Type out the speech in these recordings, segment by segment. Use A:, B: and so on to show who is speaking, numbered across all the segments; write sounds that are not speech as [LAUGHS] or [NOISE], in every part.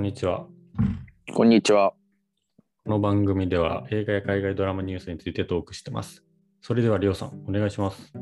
A: にちは。
B: こんにちは。
A: この番組では映画や海外ドラマニュースについてトークしてます。それでは、りょうさん、お願いします。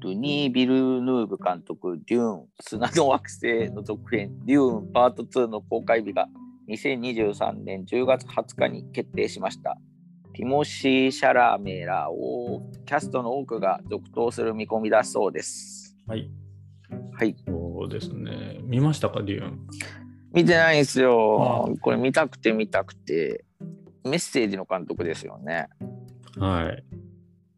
B: ルニー・ビルヌーブ監督、デューン、砂の惑星の続編、デューンパート2の公開日が2023年10月20日に決定しました。ティモシー・シャラメラをキャストの多くが続投する見込みだそうです。
A: はい。
B: はい。
A: そうですね。見ましたか、デューン。
B: 見てないんです
A: あ
B: よ。これ見たくて見たくて。メッセージの監督ですよね。
A: はい。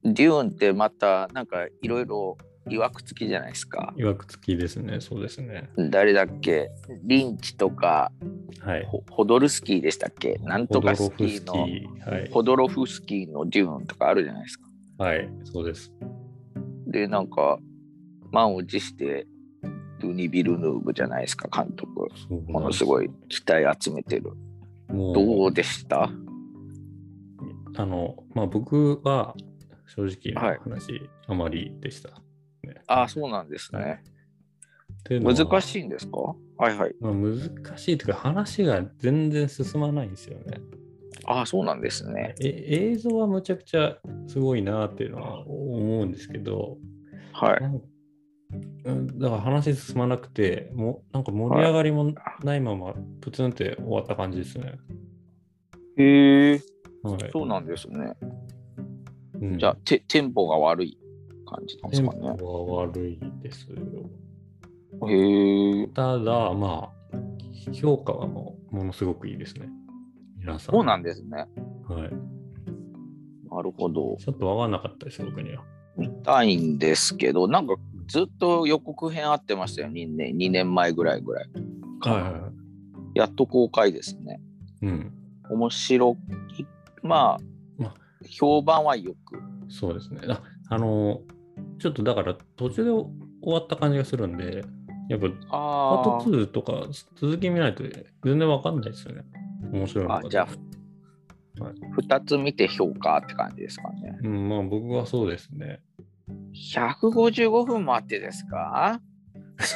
B: デューンってまたなんかいろいろいわくつきじゃないですか。
A: いわくつきですね。そうですね。
B: 誰だっけリンチとか
A: はい。
B: ホホドルスキーでしたっけなんとかスキーの
A: ー。はい。
B: ホドロフスキーのデューンとかあるじゃないですか。
A: はい。そうです。
B: でなんか満を持してルニ・ビルヌーブじゃないですか監督。
A: そう
B: ものすごい。期待集めてる。
A: もう
B: どうでした
A: あの、まあ、僕は正直
B: はい
A: な話、あまりでした。
B: ああそうなんです
A: はい
B: ね。
A: っていうのは
B: 難しいんですかはいはい。
A: まあ、難しいというか話が全然進まないんですよね。
B: ああそうなんですね。
A: え映像はむちゃくちゃすごいなっていうのは思うんですけど、
B: はい。
A: なんうんだから話進まなくてもうなんか盛り上がりもないままプツンって終わった感じですね。
B: へえ。
A: はい、
B: そうなんですね。
A: うん
B: じゃあテテンポが悪い感じなんで
A: テ
B: す
A: ン
B: かね。
A: ポは悪いですよ。
B: へえ。
A: ただまあ評価はもうものすごくいいですね。皆さん。
B: そうなんですね。
A: はい、
B: なるほど。
A: ちょっと分かんなかったです僕には。
B: 見たいんですけど、なんかずっと予告編あってましたよ、2年 ,2 年前ぐらいぐらい。
A: はいはいは
B: やっと公開ですね。
A: い。うん。
B: 面白い。ま
A: まあ
B: あ、評判はよく。
A: そうですね。あ、あのちょっとだから途中で終わった感じがするんで、やっぱパ
B: あ
A: ート2とか続き見ないと全然わかんないですよね。面白いのか
B: あじゃあ2つ見て評価って感じですかね。
A: うん、まあ僕はそうですね。
B: 155分もあってですか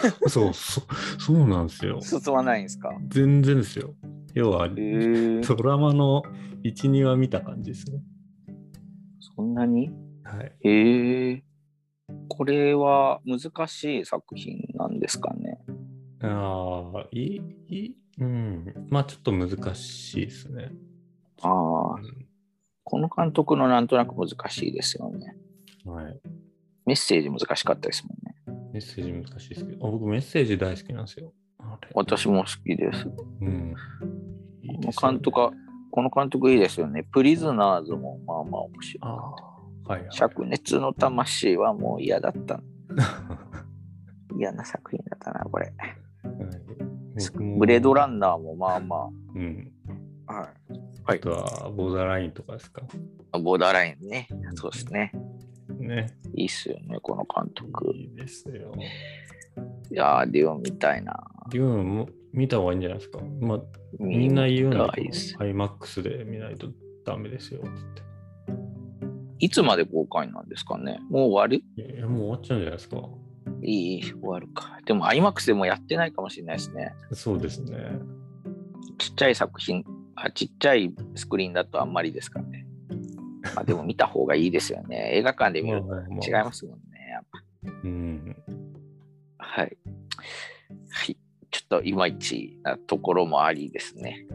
A: [LAUGHS] そう、そそうなんですよ。
B: 進まないんですか
A: 全然ですよ。要は、
B: へえ
A: ドラマの1、2話見た感じですね。
B: そんなに
A: はい。
B: へえこれは難しい作品なんですかね。
A: ああ、いい、いい、うん。まあちょっと難しいですね。
B: ああ、この監督のなんとなく難しいですよね。
A: うん、はい。
B: メッセージ難しかったですもんね。
A: メッセージ難しいですけど、あ僕メッセージ大好きなんですよ。あれ
B: 私も好きです。
A: うん。いい
B: こ
A: で
B: の
A: すよね
B: 監督は、この監督いいですよね。プリズナーズもまあまあ面白い。
A: ああ、はい、はい。
B: 灼熱の魂はもう嫌だった。嫌な作品だったな、これ。ブレード
A: ラ
B: ランナーもまあま
A: うん。
B: あ、は
A: あとは、ボーダーラインとかですか。
B: い、ボーダーラインね。そうですね。
A: ね。
B: いいっすよね、この監督。
A: いいですよ。
B: いやー、デュオンみたいな。
A: デューンも見た方がいいんじゃないですか。まあ、み
B: み
A: んな言うんだ
B: い
A: け
B: いっ
A: ど
B: す、
A: ハイマックスで見ないとダメですよ。つっ
B: いつまで公開なんですかね。もう終わ
A: ていやいや、もう終わっちゃうんじゃないですか。
B: るいい、終わるか。でも、IMAX でもやってないかもしれないですね。
A: そうですね。
B: ちっちゃい作品あ、ちっちゃいスクリーンだとあんまりですから
A: [LAUGHS]
B: ね。まあ、でも見た方がいいですよね。映画館で見ると
A: まあまあまあ
B: 違いますもんね。やっ
A: うん。
B: ぱはい。はい。ちょっといまいちなところもありですね。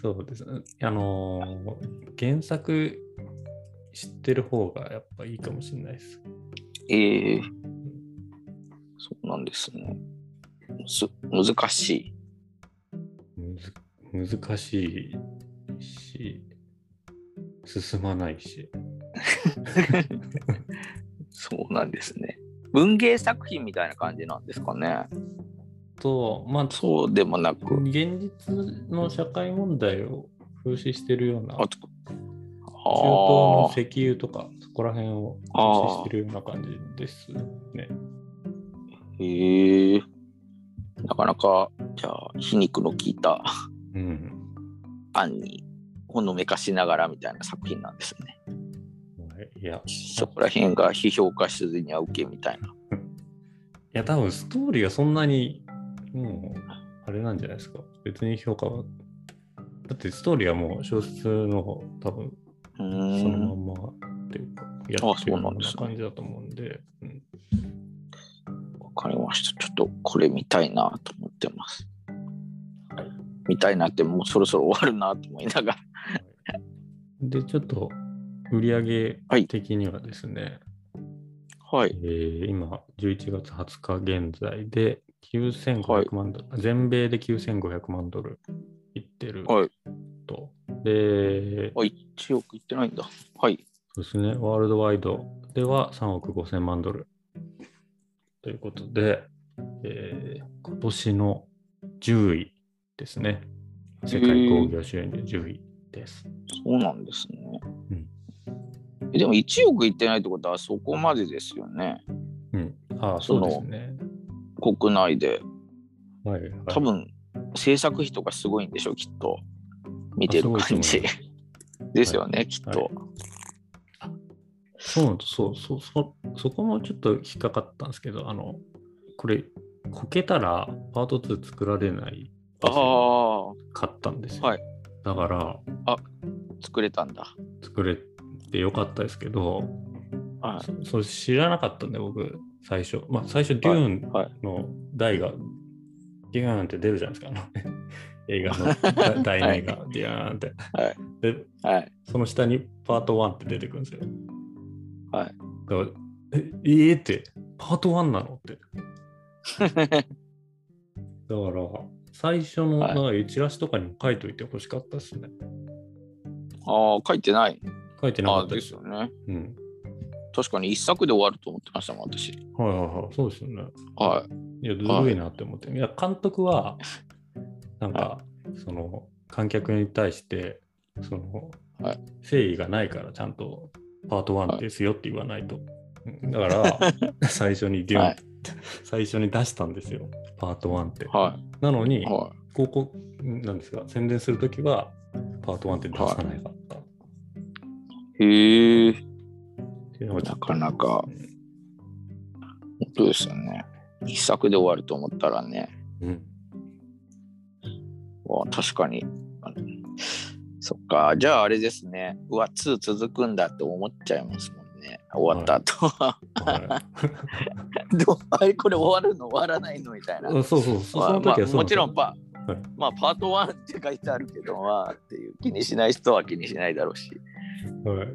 A: そうですね。あのー原作知ってる方がやっぱいいかもしれないです。
B: ええそうなんですね。す難しい。
A: むず難しいし、進まないし。
B: そうなんですね。文芸作品みたいな感じなんですかね。
A: と、まあ、
B: そうでもなく。
A: 現実の社会問題を風刺してるような、
B: あ
A: 中
B: と
A: 東の
B: あー
A: 石油とか、そこら辺を風刺してるような感じですね。
B: へえなかなか、じゃあ、皮肉の効いた
A: うん。
B: 案にほのめかしながらみたいな作品なんですね。
A: はいいや、い
B: そこら辺が批評家主には受けみたいな。
A: や、多分ストーリーがそんなに、もう、あれなんじゃないですか。別に評価は。だってストーリーはもう小説の方、多分
B: う
A: そ
B: ー
A: の
B: ん。
A: まんまっていうか、やってるよう
B: あそうなんで
A: な
B: すね
A: 感じだと思うんで、うん
B: わかりました。ちょっとこれ見たいなと思ってます。
A: はい
B: 見たいなって、もうそろそろ終わるなと思いながら。
A: で、ちょっと売上的にはですね、
B: はい。
A: えー今、11月20日現在で9500万ドル、全米で9500万ドルいってる
B: はい。
A: と。で、
B: あ、1億いってないんだ。はい。
A: そうですね、ワールドワイドでは3億5000万ドルということで、えー今年の10位ですね。世界興行収入10位です。
B: そうなんですね。
A: うん
B: えでも1億いってないってことはそこまでですよね。
A: うん。ああ、そ
B: そうの
A: ですね。
B: 国内で。
A: はい、はい。
B: 多分、制作費とかすごいんでしょ、きっと。見てる感
A: あすごい
B: じ
A: と。
B: [LAUGHS] ですよね、きっと。
A: はいそうなんですそうそうそそこもちょっと引っかかったんですけど、あの、これ、こけたらパート2作られない
B: ああ、
A: かったんですよ。
B: はい
A: だから、
B: 作れたんだ。
A: 作れてよかったですけど、
B: は
A: そ
B: い。
A: それ知らなかったんで、僕、最初。まあ、最初、デューン
B: はい、
A: の台が、デューンって出るじゃないですか、あの [LAUGHS] 映画
B: [LAUGHS]
A: の題名が、デューンって。
B: はい
A: で、
B: はい。 [LAUGHS]
A: その下にパート1って出てくるんですよ。
B: はい
A: だから、え、えーって、パート1なのって。だから、最初の、
B: はい
A: なんかチラシとかにも書いといてほしかったですね。
B: ああ、書いてない。
A: 書いてな
B: あ
A: か
B: あ、
A: った
B: で
A: ですす。
B: よね。
A: うん。
B: 確かに一作で終わると思ってましたもん、私。
A: はいはいはい、そうですよね。
B: はい
A: や、ずるいなって思って。いや、監督は、なんか、その、観客に対して、その、
B: はい
A: 誠意がないから、ちゃんと、パート1ですよって言わないと。うんだ
B: [LAUGHS]
A: から、最初にデューン、
B: はい
A: [LAUGHS] 最初に出したんですよ、パート1って
B: い。。は
A: なのに
B: い。、は
A: 広告、なんですが、宣伝するときは、パート1って出さないかった。
B: い。へえ、
A: っていうのがちょっと
B: なかなか。本当ですよね。一作で終わると思ったらね。
A: うん。
B: わあ確かに。あのそっか。じゃああれですね。うわ、2続くんだって思っちゃいますもんね。終わった後は。
A: はい
B: [LAUGHS] どうあれこれ終わるの終わらないのみたいな。
A: あそうそう、そ
B: まあ
A: その時はそうなん
B: ま
A: で
B: あ
A: すよ
B: もちろんパ,、
A: はい
B: まあ、パート1って書いてあるけど、まあ、っていう気にしない人は気にしないだろうし。
A: はい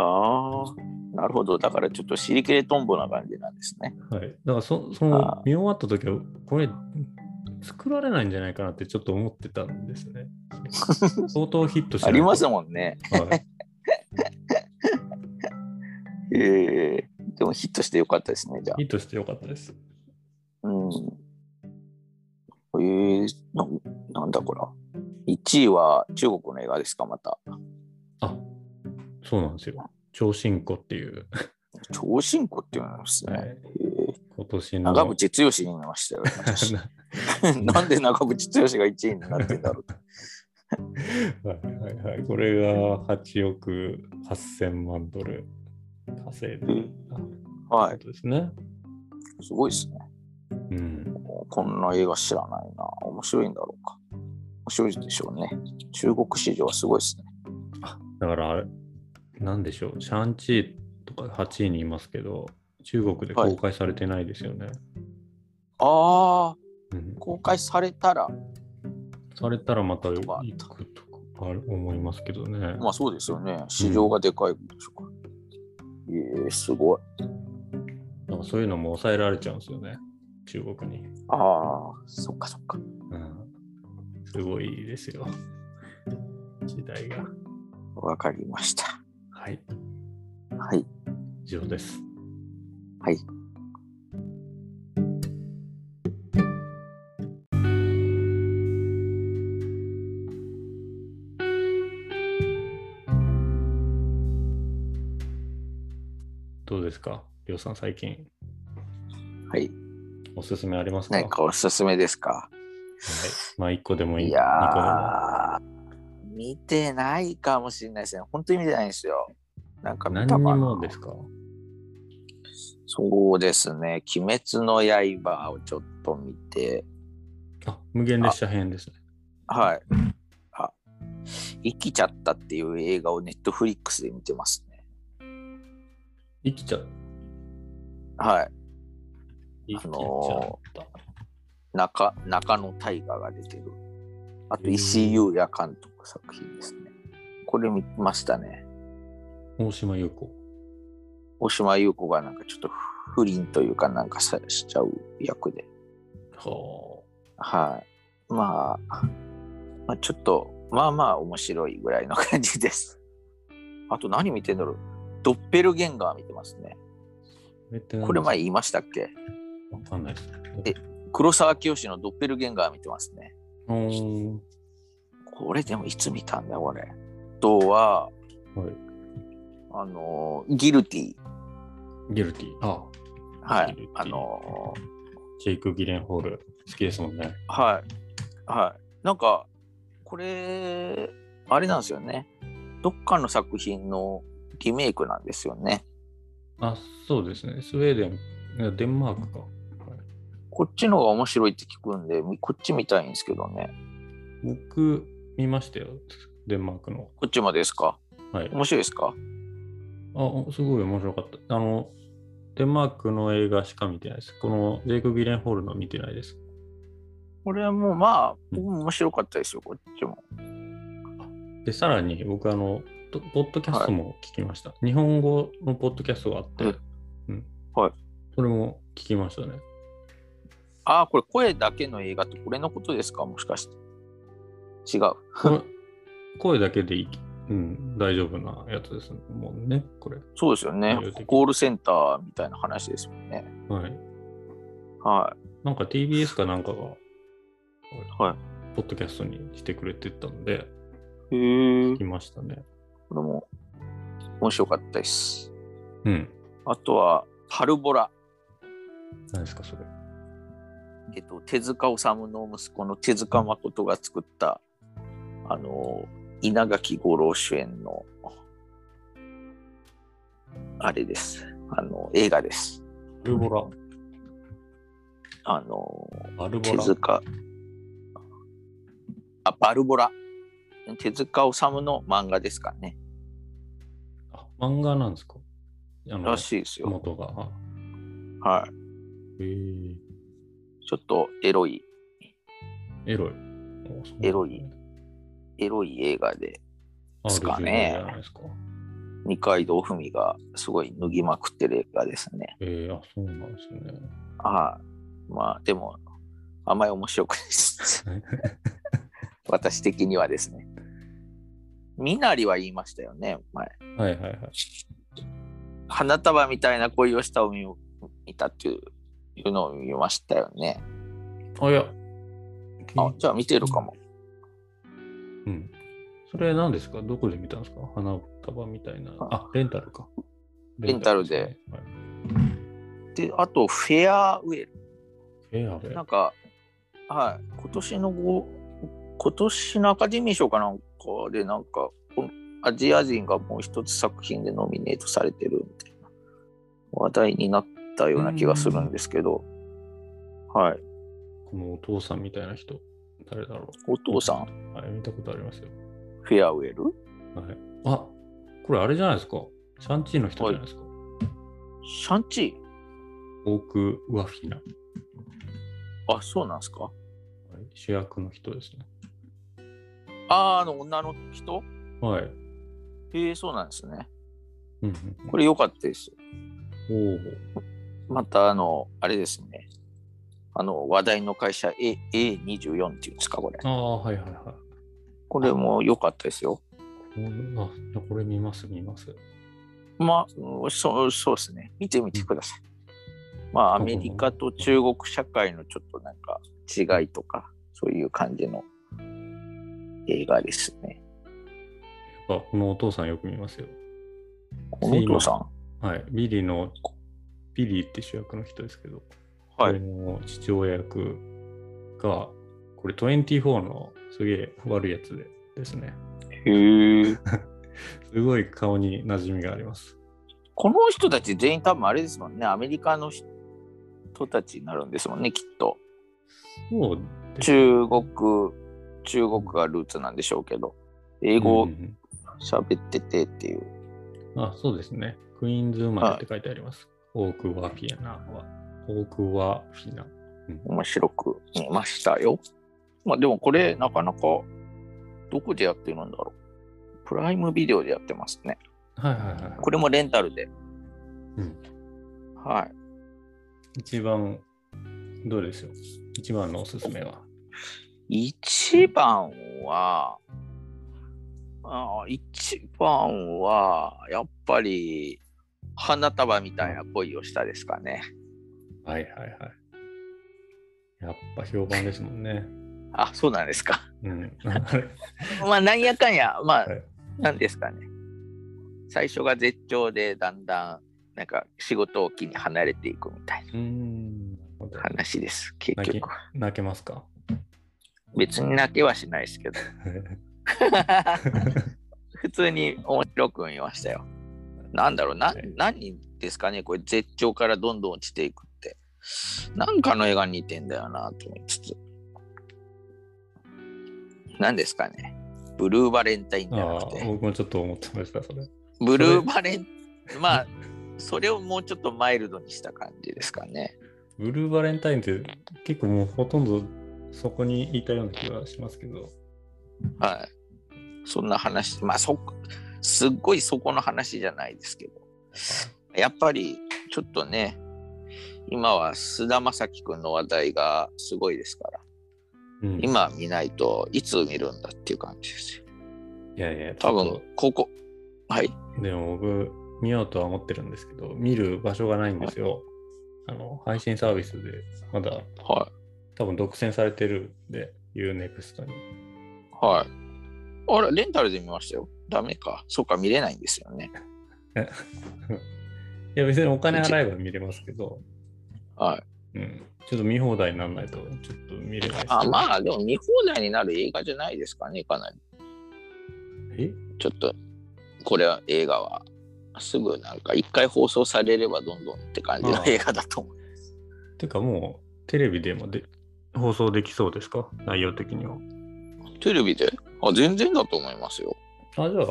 B: ああ、なるほど。だからちょっと尻切れトンボな感じなんですね。
A: はい、だからそそ
B: あ
A: の見終わった時はこれ作られないんじゃないかなってちょっと思ってたんです
B: [LAUGHS]
A: ね。相当ヒットし
B: あります
A: ん、
B: もんね。
A: はい、
B: ええでもヒットしてよかったですね、じゃあ
A: ヒ。ットしてよかったです。
B: うん、ええななんだこれは。1位は中国の映画ですか、また。
A: あそうなんですよ。超新庫っていう、
B: 超新庫っていうのなんですね。
A: はい、
B: ええ
A: 今年の。
B: 長渕剛に見ましたよ。私なんで長渕剛が1位になってんだろう。
A: [LAUGHS] はいはいはい、これが8億8000万ドル稼いで
B: はい
A: こ、とですね。
B: すごいですね。
A: うん、
B: もうこんな映画知らないな。面白いんだろうか。面白いでしょうね。中国市場はすごいですね。
A: だからあれ、なんでしょう、シャンチーとか8位にいますけど、中国で公開されてないですよね。
B: ああ、
A: うん、
B: 公開されたら、
A: されたらまた行
B: まあ
A: くとか思いますけどね。
B: まあそうですよね。市場がでかいんでしょうか。ええすごい。
A: なんかそういうのも抑えられちゃうんですよね、中国に。
B: ああ、そっかそっか。
A: うん、すごいですよ、時代が。
B: わかりました。
A: はい、
B: はい。
A: 以上です。
B: はい。
A: どうですか、りょうさん、最近
B: はい。
A: おすすめありますか
B: 何かおすすめですか
A: はい、まあ、1個でもいい。
B: いやー、見てないかもしれないですね。本当に見てないんですよ。なんか
A: 二個で
B: 見
A: も何
B: たか
A: に
B: な
A: もですか
B: そうですね、鬼滅の刃をちょっと見て、
A: あ、無限列車編ですね。
B: はい。あ、生きちゃったっていう映画をネットフリックスで見てますね。
A: 生きちゃった。
B: はい。
A: 生きちゃっ
B: あの
A: た。
B: 中中野大河が出てる。あと、石井優也監督作品ですね。これ見ましたね。
A: 大島優子。
B: 大島優子がなんかちょっと不倫というかなんかさしちゃう役で。
A: は
B: はい。まあ、まあ、ちょっと、まあまあ面白いぐらいの感じです。あと何見てんだろうドッペルゲンガー見てますね。
A: あ。
B: これ前
A: い
B: 言いましたっけ
A: わかんないです。
B: え黒沢清のドッペルゲンガー見てますね。
A: うーん。
B: これでもいつ見たんだよ、これ。あとは、
A: はい。
B: あのー、ギルティ。
A: ギルティ。あ、
B: はい
A: ギルティ。
B: あの
A: ジェイク・ギレンホール。好きですもんね。
B: ー、はい。はい。なんか、これ、あれなんですよね。どっかの作品のリメイクなんですよね。
A: あ、そうですね。スウェーデンいや、デンマークか。
B: こっちの方が面白いって聞くんで、みこっち見たいんですけどね。
A: 僕、見ましたよ。デンマークの。
B: こっちまでですか
A: はい。
B: 面白いです
A: あ、
B: か
A: すごい面白かった。あの、デンマークの映画しか見てないです。このジェイク・ギレンホールの見てないです。
B: これはもうまあ、僕も面白かったですよ、こっちも。
A: で、さらに僕、あの、とポッドキャストも聞きました。日本語のポッドキャストがあって、
B: はい
A: うん
B: はい
A: それも聞きました [LAUGHS] ね。
B: ああ、これ声だけの映画ってこれのことですかもしかして。違う。
A: これ声だけでいい、うん、大丈夫なやつですもんね、これ。
B: そうですよね
A: 内容的。に
B: コールセンターみたいな話ですもんね。
A: はい。
B: は
A: なんか TBS かなんかが、。
B: はい
A: ポッドキャストにしてくれてたんで、
B: い。へえ。
A: 聞きましたね。
B: これも面白かったです。
A: うん。
B: あとは、パルボラ。
A: 何ですか、それ。
B: えっと、手塚治虫の息子の手塚誠が作った、あの、稲垣吾郎主演の、あれです。あの、映画です。
A: アルボ
B: あの、
A: ラ。アルボ
B: 手
A: ラ。
B: 塚、あ、バルボラ。手塚治虫の漫画ですかね。
A: あ、漫画なんですかあの
B: ら、しいですよ。
A: 元が。あ
B: はい。
A: へえ。
B: ちょっとエロい、
A: エロい。
B: エロいエロい映画で、
A: です
B: かね
A: じゃないですか。
B: 二階堂ふみがすごい脱ぎまくってる映画ですね。
A: ええあ、そうなんですね。
B: はい。まあ、でも、あまり面白くないです。私的にはですね。みなりは言いましたよね、前。
A: はいはいはい。
B: 花束みたいな恋をした海を見たっていういうのを見ましたよね。
A: あ、いや。
B: あ、じゃあ見てるかも。
A: うん。それ何ですかどこで見たんですか花束みたいな。あ、レンタルか。
B: レンタルで
A: レンタル
B: で、あと、フェアウェル。
A: すね。はい、フェアウェイ
B: なんか、はい、今年のご、今年のアカデミー賞かなんかで、なんか、このアジア人がもう一つ作品でノミネートされてるみたいな話題になったような気がするんですけど、はい、
A: このお父さんみたいな人、誰だろ
B: お父さん、
A: う。はい、見たことありますよ。
B: フェアウェル
A: はい。あ、これあれじゃないですか。シャンチーの人じゃないですか。
B: シャンチ
A: オーク・ワフィナ、はい
B: ーあ、そうなんですか
A: 主役の人ですね。
B: あー、あの女の人
A: はい。
B: へえ、そうなんですね。
A: うん
B: これ良かったです。
A: うん、おお。
B: また、あの、あれですね。あの、話題の会社 A A24 っていうんですか、これ。
A: ああ、はいはいはい。
B: これも良かったですよ。
A: このあ、じゃあこれ見ます、見ます。
B: まあ、うんそうそうですね。見てみてください。まあ、アメリカと中国社会のちょっとなんか違いとか、そういう感じの映画ですね。
A: やっぱこのお父さんよく見ますよ。
B: このお父さん。
A: はい。ビリーの、ビリーって主役の人ですけど、こ
B: は
A: れ
B: い。
A: の父親役が、これ24のすげえ悪いやつでですね。
B: へえ。
A: すごい顔に馴染みがあります。
B: この人たち全員多分あれですもんね。アメリカの人たちになるんですもんね、きっと。
A: そう
B: 中国、中国がルーツなんでしょうけど、英語
A: う
B: を
A: ん
B: 喋っててっていう。
A: あ、そうですね。クイーンズ生まれって書いてあります。オークワフィアナは。オークワフィナ。
B: 面白く見ましたよ。まあでもこれなかなかどこでやってるんだろう。プライムビデオでやってますね。
A: はいはいはい。
B: これもレンタルで。
A: うん
B: はい。
A: 一番、どうですよ。一番のおすすめは。
B: 一番は、あー一番は、やっぱり、花束みたいな恋をしたですかね。
A: はいはいはい。やっぱ評判ですもんね。
B: あ、そうなんですか。
A: うん。あれ
B: まあ、なんやかんや、まあ
A: はい、
B: なんですかね。最初が絶頂で、だんだん、なんか、仕事を機に離れていくみたいう
A: ーん。
B: な話です、結
A: 泣き
B: 局。
A: 泣けます [LAUGHS] か
B: 別に泣けはしないで
A: [LAUGHS]
B: すけど。普通に面白く見ましたよ。なんだろうな
A: はい
B: 何人ですかねこれ絶頂からどんどん落ちていくって。なんかの映画に似てんだよなと思いつつ。何ですかねブルーバレンタインじゃ
A: あ
B: な
A: あ
B: く、て。
A: 僕もちょっと思ってました、それ。
B: ブルーバレンまあそれをもうちょっとマイルドにした感じですかね。
A: ブルーバレンタインって結構もうほとんどそこにいたような気がしますけど。
B: はい。そんな話まあそすっごいそこの話じゃないですけど。やっぱりちょっとね、今は菅田将暉君の話題がすごいですから、
A: うん、い
B: 今見ないといつ見るんだっていう感じですよ。
A: やいや、ち
B: 多
A: ょっ
B: 分ここ、はい、
A: とでも僕、見ようとは思ってるんですけど、見る場所がないんですよ。あの配信サービスで、まだ
B: は
A: 多分独占されてるんで、UNEXT に。
B: い、はい。あれ、レンタルで見ましたよ。ダメか。そうか、見れないんですよね。
A: いや、別にお金払えば見れますけど、
B: はい。
A: うん、ちょっと見放題にならないと、ちょっと見れないです
B: あまあ、でも見放題になる映画じゃないですかね、かなり。
A: え
B: ちょっと、これは映画は。すぐなんか一回放送されればどんどんって感じの
A: ああ
B: 映画だと思う。
A: てかもう、テレビでもで放送できそうですか内容的には。
B: テレビであ全然だと思いますよ。
A: あ、じゃあ、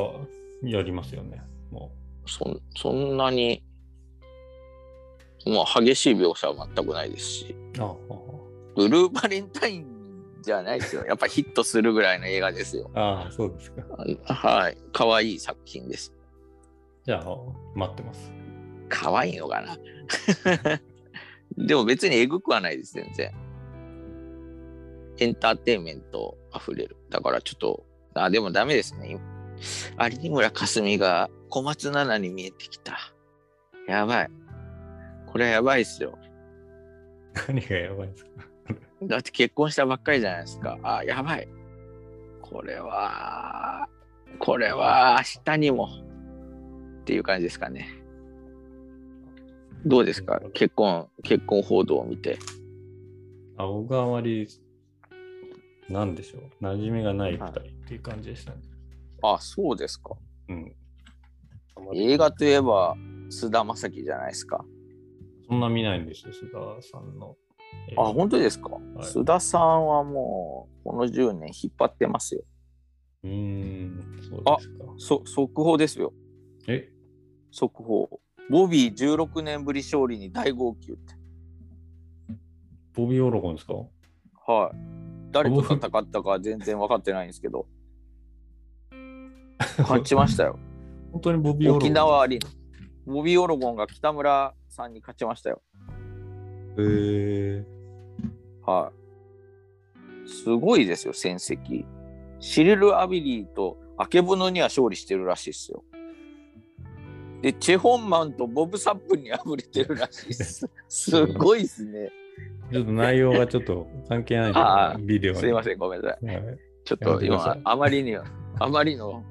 A: やりますよね。も
B: そんそんなに、まあ、激しい描写は全くないですし、
A: う。ああ
B: ブルーバレンタインじゃないですよ。やっぱヒットするぐらいの映画ですよ。
A: あああ、そうですか。
B: あはい。可愛い作品です。
A: じゃあ、待ってます。 [LAUGHS]
B: 可愛いのかなでも別にえぐくはないです、全然。エンターテインメントあふれる。だからちょっと、あ、でもダメですね。有村架純が小松菜奈に見えてきた。やばい。これはやばいっすよ。
A: 何がやばいですか
B: だって結婚したばっかりじゃないですか。あ、やばい。これは、これは明日にもっていう感じですかね。どうですか結婚、結婚報道を見て。
A: あ僕はあまり、なんでしょう。馴染みがない二
B: はい
A: 人っていう感じでしたね。
B: あ、そうですか。
A: うん。あまり
B: 映画といえば菅田将暉じゃないですか。
A: そんな見ないんですよ、須田さんの。えー
B: あ、本当ですか。
A: い
B: 須田さんはもう、この10年引っ張ってますよ。
A: うーん、そうですか。
B: そ速報ですよ。
A: え、
B: 速報。ボビー16年ぶり勝利に大号泣って。
A: ボビーオロゴンですか
B: はい。誰と戦ったか全然分かってないんで
A: [LAUGHS]
B: すけど、勝ちましたよ。
A: 本当にボビーオロゴン
B: 沖縄アリーナ。ボビー・オロゴンが北村さんに勝ちましたよ。
A: へー
B: はい。すごいですよ、戦績。シリル・アビリーとアケボノには勝利してるらしいですよ。で、チェ・ホンマンとボブ・サップに敗れてるらし
A: [LAUGHS]
B: いです。すごいですね。
A: ちょっと内容がちょっと関係ないんで
B: ああ
A: ビデオに。
B: すいま
A: ん。
B: せん、ごめんなさい。
A: はい、
B: ちょっ
A: やめ
B: と
A: てくださ
B: 今
A: い、
B: あまりには、あまりの、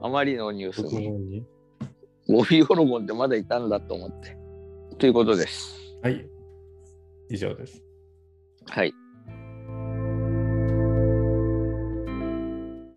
B: あまりのニュース
A: 僕
B: に、
A: に。
B: [LAUGHS] ボビー・オロゴンってまだいたんだと思って。ということです。
A: はい。以上です。
B: はい。